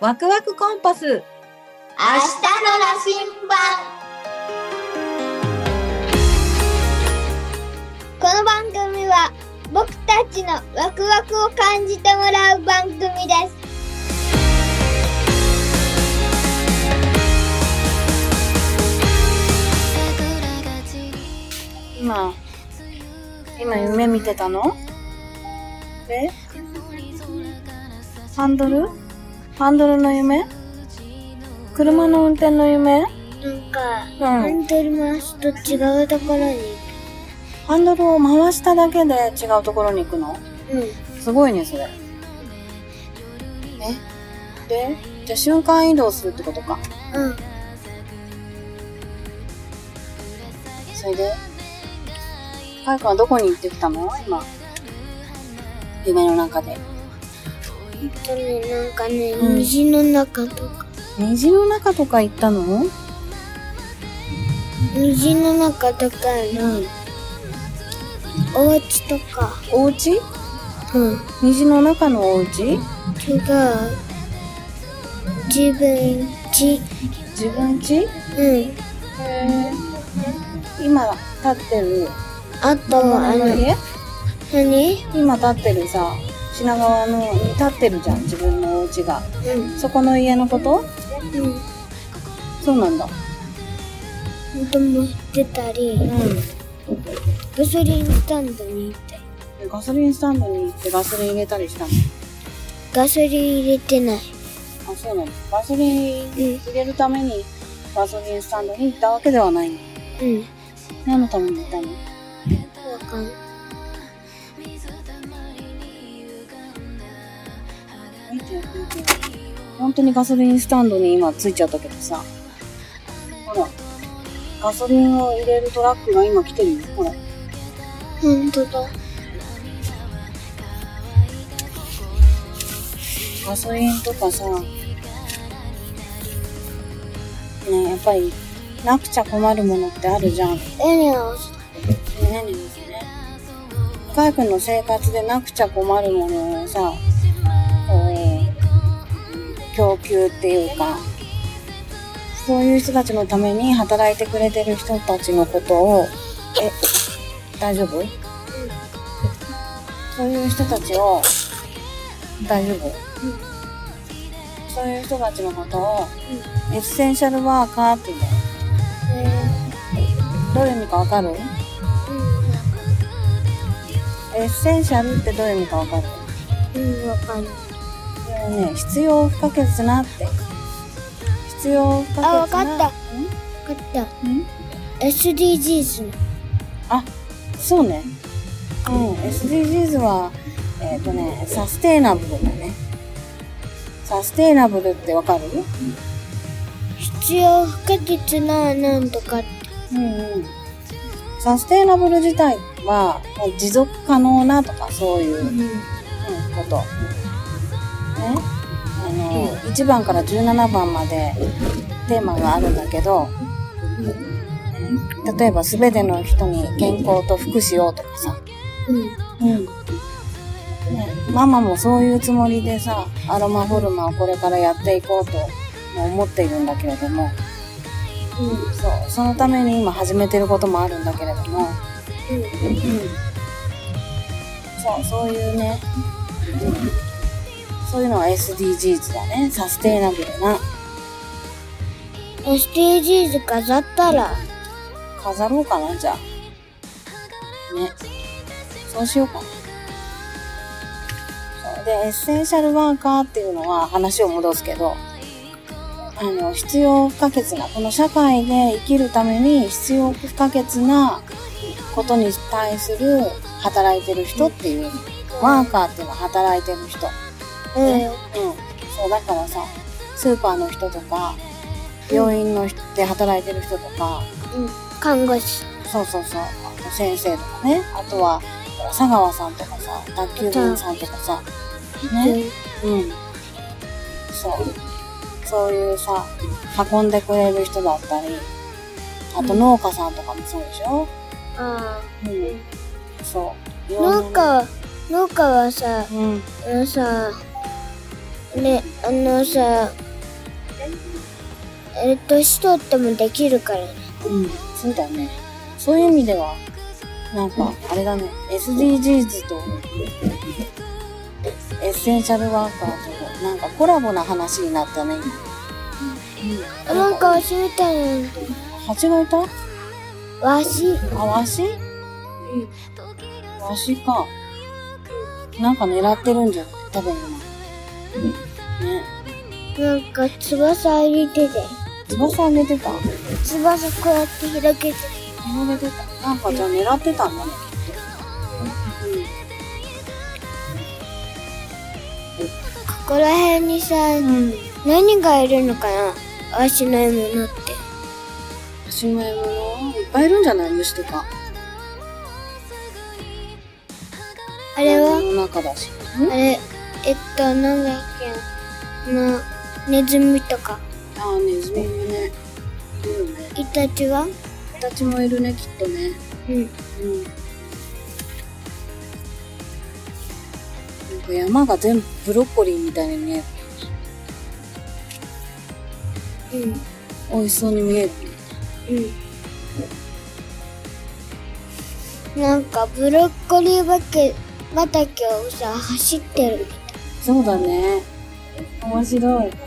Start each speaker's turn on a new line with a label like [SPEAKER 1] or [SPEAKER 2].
[SPEAKER 1] ワクワクコンパス
[SPEAKER 2] 明日の羅針盤この番組は僕たちのワクワクを感じてもらう番組です
[SPEAKER 3] 今今夢見てたのえハンドルハンドルの夢車の運転の夢
[SPEAKER 2] なんか、
[SPEAKER 3] うん
[SPEAKER 2] ドル回しと違うところに
[SPEAKER 3] ハンドルを回しただけで違うところに行くの
[SPEAKER 2] うん
[SPEAKER 3] すごいねそれえでじゃあ瞬間移動するってことか
[SPEAKER 2] うん
[SPEAKER 3] それでカイ君はどこに行ってきたの今夢の中で
[SPEAKER 2] とねなんかね、
[SPEAKER 3] うん
[SPEAKER 2] 虹の中とか
[SPEAKER 3] 虹の中とか行ったの
[SPEAKER 2] 虹の中とかの、お家とか
[SPEAKER 3] お家
[SPEAKER 2] うん
[SPEAKER 3] 虹の中のお家
[SPEAKER 2] 違う自分ち
[SPEAKER 3] 自分家
[SPEAKER 2] うん
[SPEAKER 3] 今立ってる
[SPEAKER 2] あとはあの
[SPEAKER 3] 家
[SPEAKER 2] 何
[SPEAKER 3] 今立ってるさ品川のに立ってるじゃん自分のお家が
[SPEAKER 2] うん
[SPEAKER 3] そこの家のこと
[SPEAKER 2] うん
[SPEAKER 3] そうなんだ
[SPEAKER 2] 本当持ってたり
[SPEAKER 3] う
[SPEAKER 2] ガソリンスタンドに行ったり
[SPEAKER 3] んガソリンスタンドに行ってガソリン入れたりしたの
[SPEAKER 2] ガソリン入れてない
[SPEAKER 3] あそうなのガソリン
[SPEAKER 2] うん
[SPEAKER 3] 入れるためにガソリンスタンドに行ったわけではないの
[SPEAKER 2] うん
[SPEAKER 3] 何のために行ったの
[SPEAKER 2] わかんない
[SPEAKER 3] 見てよ見てよ本当にガソリンスタンドに今ついちゃったけどさほらガソリンを入れるトラックが今来てるよほら
[SPEAKER 2] 本当だ
[SPEAKER 3] ガソリンとかさねやっぱりなくちゃ困るものってあるじゃんね
[SPEAKER 2] エネオス
[SPEAKER 3] 何ですね深井君の生活でなくちゃ困るものをさこう供給っていうかそういう人たちのために働いてくれてる人たちのことをえ大丈夫そういう人たちを大丈夫、そういう人たちのことを、エッセンシャルワーカーって言うんだよ
[SPEAKER 2] え
[SPEAKER 3] どういう意味かわかるエッセンシャルってどういう意味かわかる
[SPEAKER 2] ーうんうんわかんない
[SPEAKER 3] これはね必要不可欠なって必要不可欠な
[SPEAKER 2] あわかったわかった
[SPEAKER 3] たんん
[SPEAKER 2] SDGs の
[SPEAKER 3] あそうねうん SDGs はえっ、とねサステイナブルだねサステイナブルってわかる
[SPEAKER 2] 必要不可欠ななんとかって
[SPEAKER 3] うんうんサステイナブル自体はもう持続可能なとかそういう、うん、こと。ね。あの、1番から17番までテーマがあるんだけど、例えば全ての人に健康と福祉をとかさ、
[SPEAKER 2] うん
[SPEAKER 3] ね、ママもそういうつもりでさアロマフォルマをこれからやっていこうと思っているんだけれども、
[SPEAKER 2] う
[SPEAKER 3] そうそのために今始めてることもあるんだけれども、うんそうそういうね、そういうのは SDGs だねサステイナブルな
[SPEAKER 2] SDGs 飾ったら
[SPEAKER 3] 飾ろうかなじゃあねそうしようかなそうでエッセンシャルワーカーっていうのは話を戻すけどあの必要不可欠なこの社会で生きるために必要不可欠なことに対する働いてる人っていうワーカーっていうのは働いてる人
[SPEAKER 2] うん
[SPEAKER 3] うん、そうだからさスーパーの人とか病院の人で働いてる人とか、
[SPEAKER 2] 看護師
[SPEAKER 3] そうそうそうあの先生とかねあとはほら佐川さんとかさ卓球部員さんとかさねうんそうそういうさ運んでくれる人だったりあと農家さんとかもそうでしょ、
[SPEAKER 2] あ
[SPEAKER 3] うん、そう
[SPEAKER 2] 農家農家はさ
[SPEAKER 3] うん
[SPEAKER 2] あのさねあのさえー年取ってもできるからね
[SPEAKER 3] うん、そうだね。そういう意味では、なんか、あれだね、SDGs と、エッセンシャルワーカーと、なんかコラボな話になったね、
[SPEAKER 2] あなんか忘れたの
[SPEAKER 3] 今。蜂がいた
[SPEAKER 2] わし
[SPEAKER 3] あ、わしわしか。なんか狙ってるんじゃん、多分今。ね。
[SPEAKER 2] なんか翼歩いてて
[SPEAKER 3] 翼あげてた
[SPEAKER 2] 翼こうやって開けて
[SPEAKER 3] あげてた。なんかじゃあ狙ってたんだね、きっと。うん。
[SPEAKER 2] ここら辺にさ、何がいるのかなわしの獲物って
[SPEAKER 3] おしまいものいっぱいいるんじゃない虫とか。
[SPEAKER 2] あれは、
[SPEAKER 3] の中だし。
[SPEAKER 2] あれえっとなんだっけなネズミとか
[SPEAKER 3] ああ、ネズミもね。いるよね。
[SPEAKER 2] イタチは
[SPEAKER 3] 形もいるね、きっとね。
[SPEAKER 2] うん
[SPEAKER 3] うん。なんか山が全部ブロッコリーみたいに見える。
[SPEAKER 2] うん
[SPEAKER 3] 美味しそうに見える。
[SPEAKER 2] うんなんかブロッコリー畑畑をさ走ってるみたい
[SPEAKER 3] そうだね。面白い。